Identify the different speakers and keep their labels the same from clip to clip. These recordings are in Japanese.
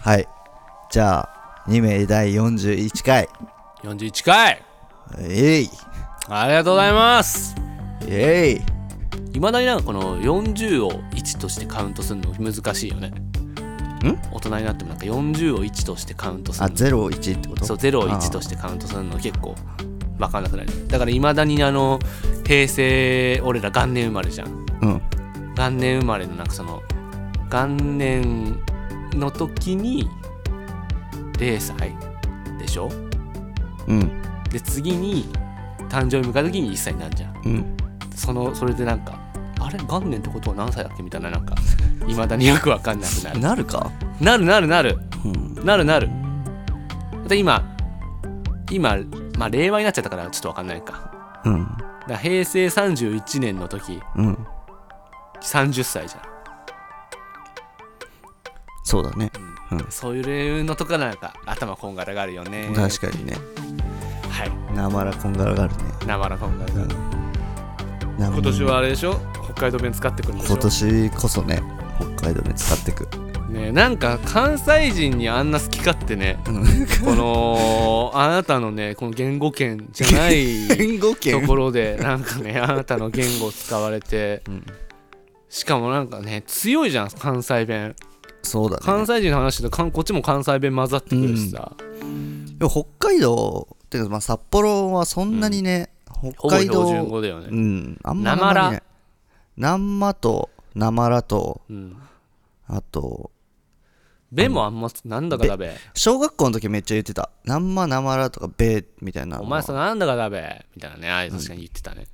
Speaker 1: はい。じゃあ、2名第41回。
Speaker 2: 41回
Speaker 1: えい
Speaker 2: ありがとうございます
Speaker 1: えい
Speaker 2: いまだになんかこの40を1としてカウントするの難しいよね大人になってもなんか40を1としてカウントす
Speaker 1: あ、
Speaker 2: るの
Speaker 1: 01ってこと
Speaker 2: そう0を
Speaker 1: あー
Speaker 2: 1としてカウントするの結構分かんなくなるだからいまだにあの平成俺ら元年生まれじゃん
Speaker 1: うん。
Speaker 2: 元年生まれのなんかその元年の時に0歳でしょ
Speaker 1: うん。
Speaker 2: で次に誕生日迎えた時に1歳になるじゃん
Speaker 1: うん。
Speaker 2: そのそれでなんかあれ元年ってことは何歳だっけみたいななんかいまだによく分かんなくなる
Speaker 1: なるか
Speaker 2: なるなるなる
Speaker 1: うん。
Speaker 2: なるなるで今今まあ令和になっちゃったからちょっと分かんないか
Speaker 1: うん。
Speaker 2: だから平成31年の時
Speaker 1: うん。
Speaker 2: 30歳じゃん
Speaker 1: そうだね。うん。
Speaker 2: そういうのとかなんか頭こんがらがるよね
Speaker 1: 確かにね。
Speaker 2: はい
Speaker 1: なまらこんがらがるね。
Speaker 2: 生のこんがらがる
Speaker 1: なま
Speaker 2: 今年はあれでしょ北海道弁使ってくるんでしょ
Speaker 1: 今年こそね、北海道で使ってく。
Speaker 2: ねなんか関西人にあんな好き勝手ね
Speaker 1: うん。
Speaker 2: このあなたのねこの言語圏じゃない
Speaker 1: 言語
Speaker 2: と
Speaker 1: 圏
Speaker 2: ころでなんかねあなたの言語を使われて
Speaker 1: うん
Speaker 2: しかもなんかね強いじゃん関西弁
Speaker 1: そうだね。
Speaker 2: 関西人の話とかんこっちも関西弁混ざってくるしさ、
Speaker 1: でも北海道っていうかまあ札幌はそんなにね、
Speaker 2: ほ
Speaker 1: 北
Speaker 2: ぼ
Speaker 1: 海
Speaker 2: 標
Speaker 1: 道
Speaker 2: 準語だよ
Speaker 1: う
Speaker 2: ね、
Speaker 1: んあんま
Speaker 2: なまら
Speaker 1: りねなまとなまらと
Speaker 2: うん、
Speaker 1: あと
Speaker 2: べもあんまなんだかだべ
Speaker 1: 小学校の時めっちゃ言ってたなんまなまらとかべみたいな
Speaker 2: お前さなんだかだべみたいなねあれ確かに言ってたね、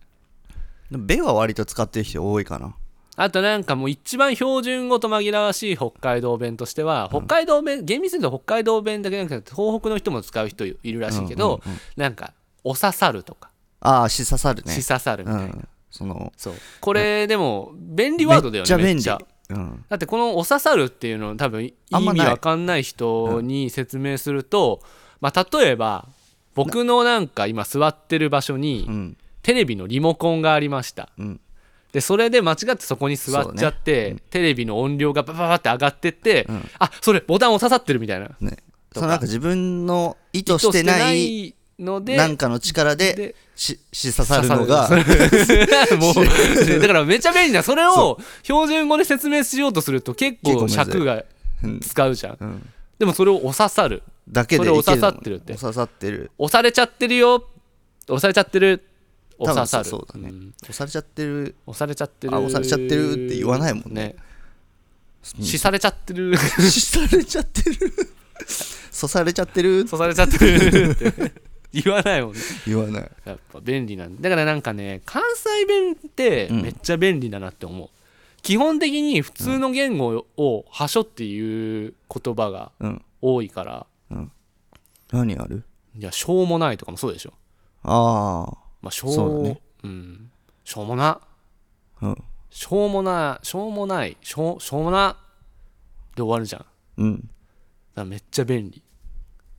Speaker 1: でもべは割と使ってる人多いかな
Speaker 2: あとなんかもう一番標準語と紛らわしい北海道弁としては北海道弁、厳密に言うと北海道弁だけじゃなくて東北の人も使う人いるらしいけど、なんか「お刺さる」とか
Speaker 1: ああし刺さる
Speaker 2: 「
Speaker 1: ね
Speaker 2: し刺さる」み
Speaker 1: う
Speaker 2: たいな、
Speaker 1: んその
Speaker 2: そうこれでも便利ワードだよねめ
Speaker 1: め
Speaker 2: っ
Speaker 1: っ
Speaker 2: ち
Speaker 1: ち
Speaker 2: ゃ
Speaker 1: ゃ便利うん
Speaker 2: だってこの「お刺さる」っていうの多分意
Speaker 1: あんま
Speaker 2: 味
Speaker 1: ない
Speaker 2: わかんない人に説明すると、まあ、例えば僕のなんか今座ってる場所に
Speaker 1: うん
Speaker 2: テレビのリモコンがありました
Speaker 1: うん
Speaker 2: でそれで間違ってそこに座っちゃって、テレビの音量がバババって上がってって、
Speaker 1: うん
Speaker 2: あそれボタン押ささってるみたいな
Speaker 1: ね
Speaker 2: とか
Speaker 1: そのなんか自分の意図
Speaker 2: 意図
Speaker 1: してない
Speaker 2: いので
Speaker 1: なんかの力で
Speaker 2: で
Speaker 1: しし刺さるのが
Speaker 2: 刺さる も うだからめちゃ便利なそれを標準語で説明しようとすると結構
Speaker 1: 結構むずい
Speaker 2: 尺が使うじゃん、
Speaker 1: うん
Speaker 2: でもそれを押ささる
Speaker 1: だけでいけ
Speaker 2: それ
Speaker 1: る
Speaker 2: を刺さってるって
Speaker 1: 刺さってる
Speaker 2: 押されちゃってるよ押されちゃってる押ささる
Speaker 1: 多分そうだね
Speaker 2: ん
Speaker 1: 押されちゃってる
Speaker 2: 押されちゃってる
Speaker 1: あ押されちゃってるって言わないもんねうん
Speaker 2: しされちゃっ てる
Speaker 1: 刺されちゃってる刺されちゃってる
Speaker 2: 刺されちゃってるって言わないもんね
Speaker 1: 言わない
Speaker 2: やっぱ便利なんだからなんかね関西弁って
Speaker 1: うん
Speaker 2: めっちゃ便利だなって思う、基本的に普通の言語を「はしょ」っていう言葉が
Speaker 1: うん
Speaker 2: 多いから
Speaker 1: 何ある
Speaker 2: いやしょうもないとかもそうでしょ
Speaker 1: あ
Speaker 2: まあしょう
Speaker 1: そうだね
Speaker 2: うんしょうもな
Speaker 1: あうん
Speaker 2: しょうもなしょうもないしょうしょうもなで終わるじゃんだか
Speaker 1: うん
Speaker 2: らめっちゃ便利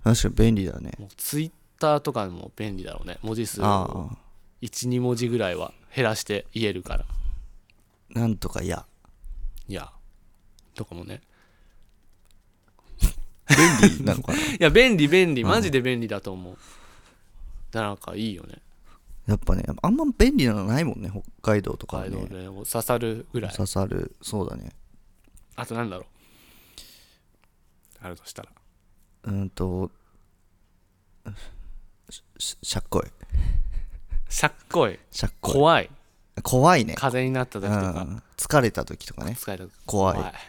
Speaker 1: 確かに便利だね
Speaker 2: もうツイッターとかも便利だろうね文字数を
Speaker 1: ああ
Speaker 2: 12文字ぐらいは減らして言えるから
Speaker 1: なんとかや
Speaker 2: いやとかもね
Speaker 1: 便利なのかない
Speaker 2: や便利便利マジで便利だと思う、だからなんかいいよね
Speaker 1: やっぱねあんま便利なのないもんね北海道とかは
Speaker 2: 街道
Speaker 1: ね
Speaker 2: で刺さるぐらい
Speaker 1: 刺さるそうだね
Speaker 2: あとなんだろうあるとしたら
Speaker 1: うんとしししゃっこい
Speaker 2: しゃっこい
Speaker 1: しゃっこい
Speaker 2: 怖い
Speaker 1: 怖いね
Speaker 2: 風邪になった時
Speaker 1: う
Speaker 2: とか、
Speaker 1: ん疲れた時とかね
Speaker 2: 疲れた時
Speaker 1: 怖い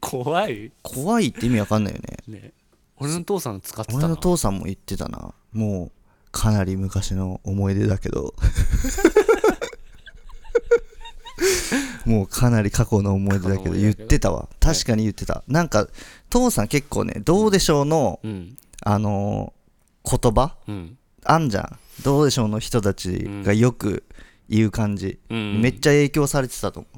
Speaker 2: 怖い
Speaker 1: 怖いって意味わかんないよね
Speaker 2: 怖いね俺の父さん使ってた
Speaker 1: 俺
Speaker 2: な
Speaker 1: の父さんも言ってたなもうかなり昔の思い出だけ どもうかなり過去の思い出だけ
Speaker 2: 過去
Speaker 1: ど
Speaker 2: の思い
Speaker 1: 言
Speaker 2: 出だ
Speaker 1: っ
Speaker 2: けど
Speaker 1: てたわ確かに言ってたなんか父さん結構ね「どうでしょうの」
Speaker 2: うん
Speaker 1: あのー言葉
Speaker 2: うん
Speaker 1: あんじゃん「どうでしょう」の人たちがよく言う感じ、
Speaker 2: うん
Speaker 1: めっちゃ影響されてたと思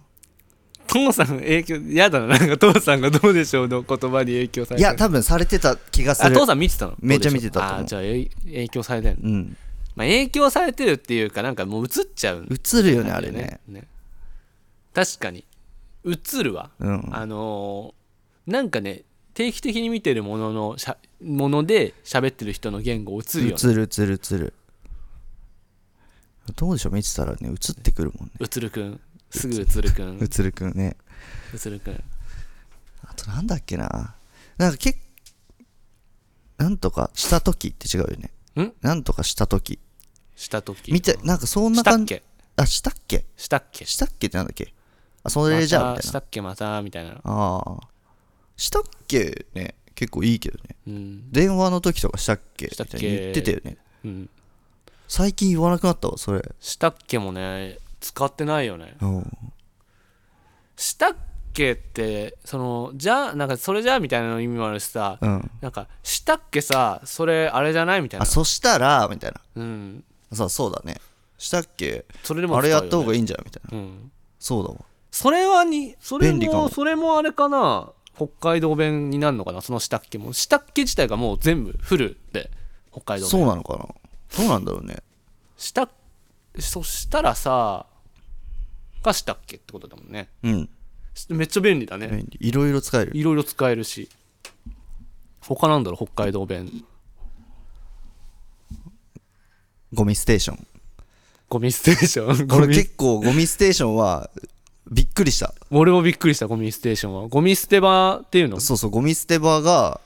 Speaker 2: 父さん影響やだななんか父さんがどうでしょうの言葉に影響さ
Speaker 1: う
Speaker 2: れ
Speaker 1: い
Speaker 2: て
Speaker 1: や多分されてた気がす
Speaker 2: あ
Speaker 1: る
Speaker 2: 父さん見てたの
Speaker 1: めっちゃ見てたと思う
Speaker 2: あーじゃあえい影響されてんの
Speaker 1: うん
Speaker 2: まあ、影響されてるっていうかなんかもう映っちゃうんだよ
Speaker 1: 映るよねあれね
Speaker 2: 確かに映るわ、
Speaker 1: うん
Speaker 2: あのーなんかね定期的に見てるもののしゃもので喋ってる人の言語映るよね
Speaker 1: 映る映る映るどうでしょう見てたらね映ってくるもんね
Speaker 2: 映るくんすぐ映るくん
Speaker 1: 映るくんね
Speaker 2: 映るくん
Speaker 1: あとなんだっけななんかけなんとかした時って違うよね
Speaker 2: ん
Speaker 1: なんとかした時
Speaker 2: した時
Speaker 1: 見てなんかそんな
Speaker 2: したっ
Speaker 1: 感じ
Speaker 2: け
Speaker 1: あしたっけ
Speaker 2: したっけ
Speaker 1: したっけってなんだっけあそれじゃ
Speaker 2: ま
Speaker 1: あみ
Speaker 2: た
Speaker 1: たい
Speaker 2: し
Speaker 1: な
Speaker 2: たっけまたみたいな
Speaker 1: ああしたっけね結構いいけどね
Speaker 2: うん
Speaker 1: 電話の時とかしたっけみ
Speaker 2: した
Speaker 1: たい
Speaker 2: っけ
Speaker 1: に言ってたよね
Speaker 2: うん
Speaker 1: 最近言わなくなったわそれ
Speaker 2: したっけもね使ってないよね
Speaker 1: うん
Speaker 2: したっけってそのじゃあなんかそれじゃあみたいなの意味もあるしさ、
Speaker 1: うん
Speaker 2: なんかしたっけさそれあれじゃないみたいな
Speaker 1: あそしたらみたいな
Speaker 2: うん
Speaker 1: そうそうだねしたっけ
Speaker 2: それでも
Speaker 1: あれやった
Speaker 2: 方
Speaker 1: 方がいいんじゃんみたいな
Speaker 2: うん、
Speaker 1: そうだわ
Speaker 2: それはにそれ
Speaker 1: 便利か
Speaker 2: も
Speaker 1: も
Speaker 2: それもあれかな北海道弁になるのかなそのしたっけもしたっけ自体がもう全部フルで北海道
Speaker 1: そ
Speaker 2: 弁
Speaker 1: うなのかなどうなんだろうね
Speaker 2: したそしたらさがしたっけってことだもんね
Speaker 1: うん
Speaker 2: しめっちゃ便利だね
Speaker 1: 便利いろいろ使える
Speaker 2: いろいろ使えるし他なんだろう北海道弁
Speaker 1: ゴミステーション
Speaker 2: ゴミステーションゴ
Speaker 1: 俺
Speaker 2: ミ
Speaker 1: 結構ゴミステーションはびっくりした
Speaker 2: 俺もびっくりしたゴミステーションはゴミ捨て場っていうの
Speaker 1: そうそうゴミ捨て場が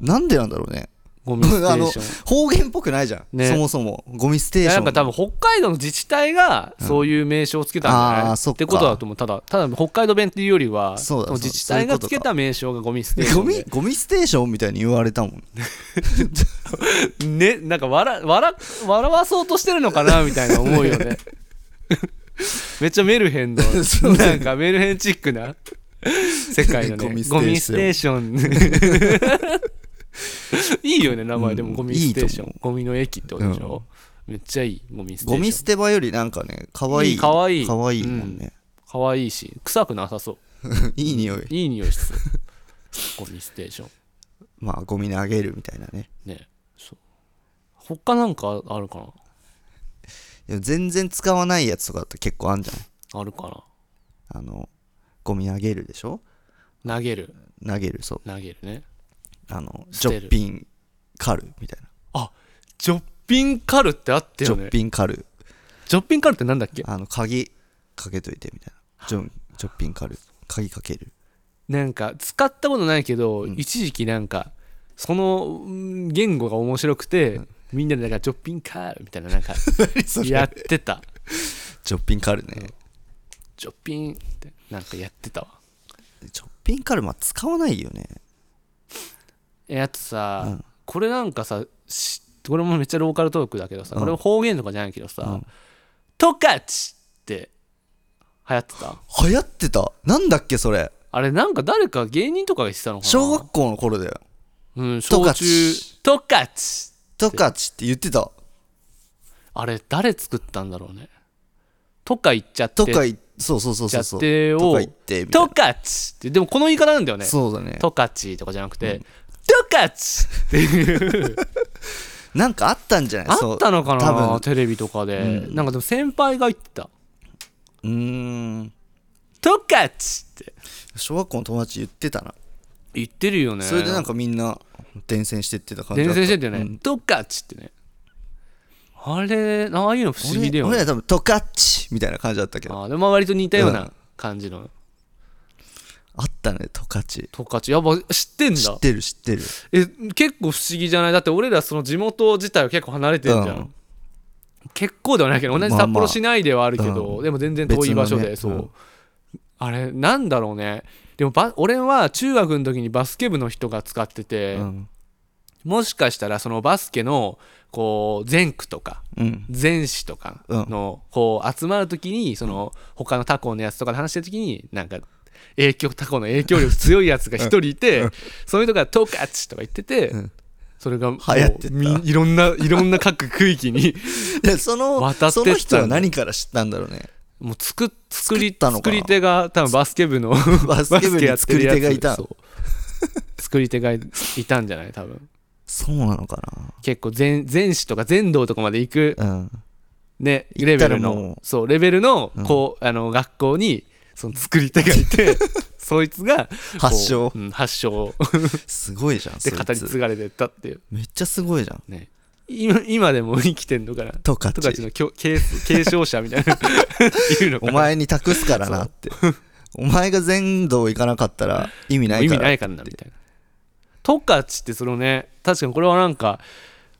Speaker 1: なんでなんだろうね
Speaker 2: ゴミステ
Speaker 1: あ
Speaker 2: ー
Speaker 1: の
Speaker 2: ション
Speaker 1: 方言っぽくないじゃん、
Speaker 2: ね
Speaker 1: そもそもゴミステー
Speaker 2: いや
Speaker 1: シ
Speaker 2: な
Speaker 1: ョ
Speaker 2: ん
Speaker 1: ン
Speaker 2: か多分北海道の自治体がそういう名称をつけたんじゃ
Speaker 1: うん
Speaker 2: ない、
Speaker 1: あーそ
Speaker 2: っ
Speaker 1: っか
Speaker 2: てことだと思うただただ北海道弁っていうよりは
Speaker 1: そうだ
Speaker 2: の自治体がつけた名称がゴミ捨て
Speaker 1: ゴミゴミステーションみたいに言われたもん
Speaker 2: ねなんか笑笑笑わそうとしてるのかなみたいな思うよねめっちゃメルヘンのなんかメルヘンチックな世界のね
Speaker 1: ゴミステーション
Speaker 2: ゴミステーション いいよね名前でも
Speaker 1: うん
Speaker 2: ゴミステーション、
Speaker 1: いいと
Speaker 2: ゴミの駅ってことでしょ、めっちゃいいゴミステーション
Speaker 1: ゴミ捨て場よりなんかね可愛い
Speaker 2: いい可愛い
Speaker 1: 可愛いもんね、
Speaker 2: かわいいし臭くなさそう
Speaker 1: いい匂い
Speaker 2: いい匂いしそうゴミステーション
Speaker 1: まあゴミ投げるみたいなね
Speaker 2: ねそう他なんかあるか
Speaker 1: いや全然使わないやつとかって結構あんじゃん
Speaker 2: なあるか
Speaker 1: あのゴミ投げるでしょ
Speaker 2: な投げる
Speaker 1: 投げるそう
Speaker 2: 投げるね
Speaker 1: あのジ
Speaker 2: 捨
Speaker 1: ョ
Speaker 2: てる
Speaker 1: ッピンカルみたいな、
Speaker 2: あジョッピンカルってあった
Speaker 1: ジ
Speaker 2: よ
Speaker 1: ョッ
Speaker 2: ね
Speaker 1: ピンカル
Speaker 2: ジョッピンカルってなんだっけ
Speaker 1: あの鍵かけといてみたいなジョンジョッピンカル鍵かける
Speaker 2: なんか使ったことないけど、一時期なんかそのうん言語が面白くて、みんなでなんかジョッピンカルみたいな なんかやってた
Speaker 1: ジョッピンカルね、
Speaker 2: ジョッピンってなんかやってたわ
Speaker 1: ジョッピンカルまあ使わないよね
Speaker 2: えあとさ、
Speaker 1: うん
Speaker 2: これなんかさしこれもめっちゃローカルトークだけどさ、
Speaker 1: うん
Speaker 2: これ方言とかじゃないけどさ
Speaker 1: う
Speaker 2: 「トカチ!」って流行ってた
Speaker 1: 流行ってたなんだっけそれ
Speaker 2: あれなんか誰か芸人とかが言ってたのかな
Speaker 1: 小学校の頃だよ
Speaker 2: うん小中トカチ
Speaker 1: トカチって言ってた
Speaker 2: あれ誰作ったんだろうねとか言っちゃって
Speaker 1: とかいそうそうそうそうそう
Speaker 2: やってを
Speaker 1: とか言ってみたい
Speaker 2: ト
Speaker 1: な
Speaker 2: カチってでもこの言い方なんだよね
Speaker 1: そうだね
Speaker 2: トカチとかじゃなくて、トカチっていう
Speaker 1: なんかあったんじゃない
Speaker 2: あったのか
Speaker 1: そう
Speaker 2: な
Speaker 1: 多分
Speaker 2: テレビとかで、なんかでも先輩が言ってた
Speaker 1: うーん
Speaker 2: トカチって
Speaker 1: 小学校の友達言ってたな
Speaker 2: 言ってるよね
Speaker 1: それでなんかみんな伝染してってた感じだ
Speaker 2: 伝
Speaker 1: った
Speaker 2: 染してたよね、トカチってねあれああいうの不思議だよ
Speaker 1: 俺
Speaker 2: ね
Speaker 1: ら多分トカッチみたいな感じだったけど
Speaker 2: あーでも割と似たよう
Speaker 1: う
Speaker 2: な感じの、
Speaker 1: あったねトカチ
Speaker 2: トカチやっぱ知ってん
Speaker 1: 知
Speaker 2: だ
Speaker 1: ってる知ってる
Speaker 2: え結構不思議じゃないだって俺らその地元自体は結構離れてんじゃん、
Speaker 1: うん
Speaker 2: 結構ではないけど同じ
Speaker 1: まあ
Speaker 2: 札
Speaker 1: まあ
Speaker 2: 幌市内ではあるけど、
Speaker 1: うん
Speaker 2: でも全然遠い場所で、
Speaker 1: 別
Speaker 2: そ
Speaker 1: の
Speaker 2: う、
Speaker 1: ね
Speaker 2: あれなんだろうねでもバ俺は中学の時にバスケ部の人が使ってて、
Speaker 1: うん
Speaker 2: もしかしたらそのバスケのこう前区とか
Speaker 1: うん
Speaker 2: 前子とかのこう集まるときにその他の他校のやつとかで話してるときになんか影響他校の影響力強いやつが一人いてそういう人が「トカッチ!」とか言ってて
Speaker 1: うん
Speaker 2: それがも
Speaker 1: 流行って
Speaker 2: う
Speaker 1: た
Speaker 2: みいろんないろんな各区域に
Speaker 1: いやその
Speaker 2: 渡ってったん
Speaker 1: そ
Speaker 2: だ
Speaker 1: の人は何から知ったんだろうね
Speaker 2: もう作っ作り
Speaker 1: 作ったのか
Speaker 2: 作
Speaker 1: な
Speaker 2: り手が多分バスケ部の
Speaker 1: バスケ部に作り手がいた
Speaker 2: バスケやってるやつそう作り手がいたんじゃない多分
Speaker 1: そうなのか
Speaker 2: 結構全前子とか全道とかまで行く
Speaker 1: なうん
Speaker 2: ね、
Speaker 1: 行
Speaker 2: レ
Speaker 1: っ
Speaker 2: ベ
Speaker 1: た
Speaker 2: ル
Speaker 1: らもう
Speaker 2: のそうレベルのこう、あの学校にその作り手が いてそいつがこう
Speaker 1: 発祥
Speaker 2: うん発祥
Speaker 1: すごいじゃんそ
Speaker 2: で
Speaker 1: い
Speaker 2: 語り
Speaker 1: つ
Speaker 2: 継がれてったっていう
Speaker 1: めっちゃすごいじゃん
Speaker 2: ね今今でも生きてんのかな
Speaker 1: トカ
Speaker 2: 十勝
Speaker 1: チ
Speaker 2: のきょ継継承者みたい ないうの
Speaker 1: お
Speaker 2: かな
Speaker 1: 前に託すからなってお前が全道行かなかったら意味ない
Speaker 2: 意
Speaker 1: か
Speaker 2: 味な
Speaker 1: ら
Speaker 2: いからなみたいなトカチってそのね確かにこれはなんか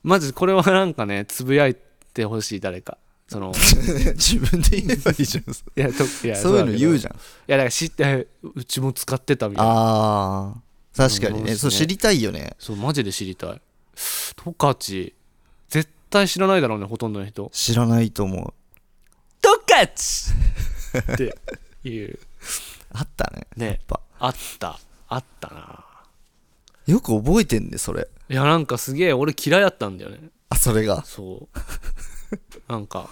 Speaker 2: マジこれはなんかねつぶやいてほしい誰かその
Speaker 1: 自分で言えばいいじゃん
Speaker 2: いやといや
Speaker 1: そういうの言う
Speaker 2: ゃんい
Speaker 1: じゃん
Speaker 2: やだから知ってうちも使ってたみたいな
Speaker 1: あー確かに
Speaker 2: うんそうです
Speaker 1: ね
Speaker 2: ね
Speaker 1: そう知りたいよね
Speaker 2: そうマジで知りたいトカチ絶対知らないだろうねほとんどの人
Speaker 1: 知らないと思う
Speaker 2: トカチっていう
Speaker 1: あったね
Speaker 2: ね
Speaker 1: ぱ
Speaker 2: あったあったな
Speaker 1: よく覚えてんねそれ
Speaker 2: いやなんかすげえ俺嫌いだったんだよね
Speaker 1: あそれが
Speaker 2: そう なんか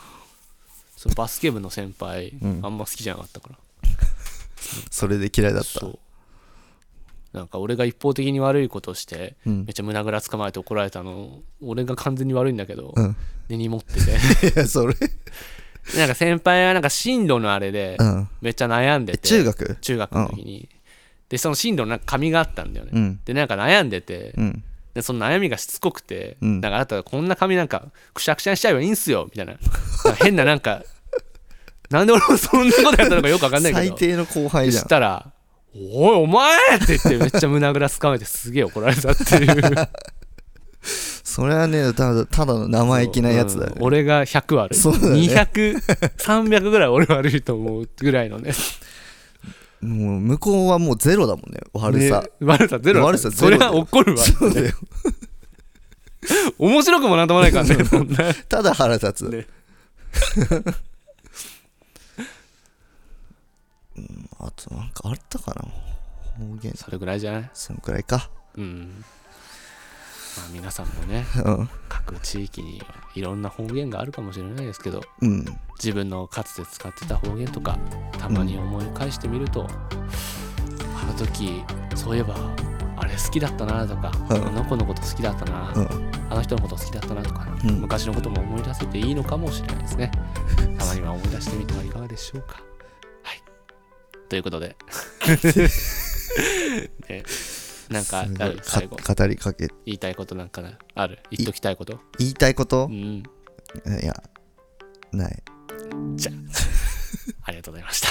Speaker 2: そのバスケ部の先輩、
Speaker 1: うん
Speaker 2: あんま好きじゃなかったから
Speaker 1: それで嫌いだった
Speaker 2: そうなんか俺が一方的に悪いことをして、
Speaker 1: うん
Speaker 2: めっちゃ胸ぐらつかまえて怒られたの俺が完全に悪いんだけど、
Speaker 1: うん
Speaker 2: 根に持ってて
Speaker 1: い やそれ
Speaker 2: なんか先輩はなんか進路のあれで、
Speaker 1: うん
Speaker 2: めっちゃ悩んで
Speaker 1: え
Speaker 2: て
Speaker 1: 中学
Speaker 2: 中学の時に、でその進路のなんか紙があったんだよね、
Speaker 1: うん
Speaker 2: でなんか悩んでて、
Speaker 1: うん
Speaker 2: でその悩みがしつこくて、
Speaker 1: うん
Speaker 2: なんかあなたこんな髪なんかくしゃくしゃにしちゃえばいいんすよみたいななんか変ななんか なんで俺もそんなことやったのかよく分かんないけ
Speaker 1: 最
Speaker 2: ど
Speaker 1: 低の後輩じゃ
Speaker 2: し
Speaker 1: ん
Speaker 2: たら「おいお前!」って言ってめっちゃ胸ぐらつかめてすげえ怒られたっていう
Speaker 1: それはねただただの生意気なやつだよ
Speaker 2: うん
Speaker 1: ね
Speaker 2: 俺が100悪い、
Speaker 1: そうだね
Speaker 2: 200300ぐらい俺悪いと思うぐらいのね
Speaker 1: もう向こうはもうゼロだもんね悪さ
Speaker 2: ね悪さゼロ
Speaker 1: 悪さゼロ
Speaker 2: それは怒るわ
Speaker 1: そうだよ
Speaker 2: 面白くもなんともないからねもんね
Speaker 1: ただ腹立つ
Speaker 2: ね
Speaker 1: うんあとなんかあったかな方言
Speaker 2: それぐらいじゃない
Speaker 1: そんくらいか
Speaker 2: うんまあ皆さんもね
Speaker 1: うん
Speaker 2: 各地域にいろんな方言があるかもしれないですけど
Speaker 1: うん
Speaker 2: 自分のかつて使ってた方言とかたまに思い返してみると、あの時そういえばあれ好きだったなとか、
Speaker 1: うん
Speaker 2: あの子のこと好きだったな、
Speaker 1: うん
Speaker 2: あの人のこと好きだったなとか、
Speaker 1: うん
Speaker 2: 昔のことも思い出せていいのかもしれな いですねたまには思い出してみてはいかがでしょうかはいということでねなんかあ
Speaker 1: すごい
Speaker 2: る最後
Speaker 1: か語りかけ
Speaker 2: 言いたいことなんかなある言っときたいこと
Speaker 1: 言いたいこと
Speaker 2: うん
Speaker 1: いやない
Speaker 2: ありがとうございました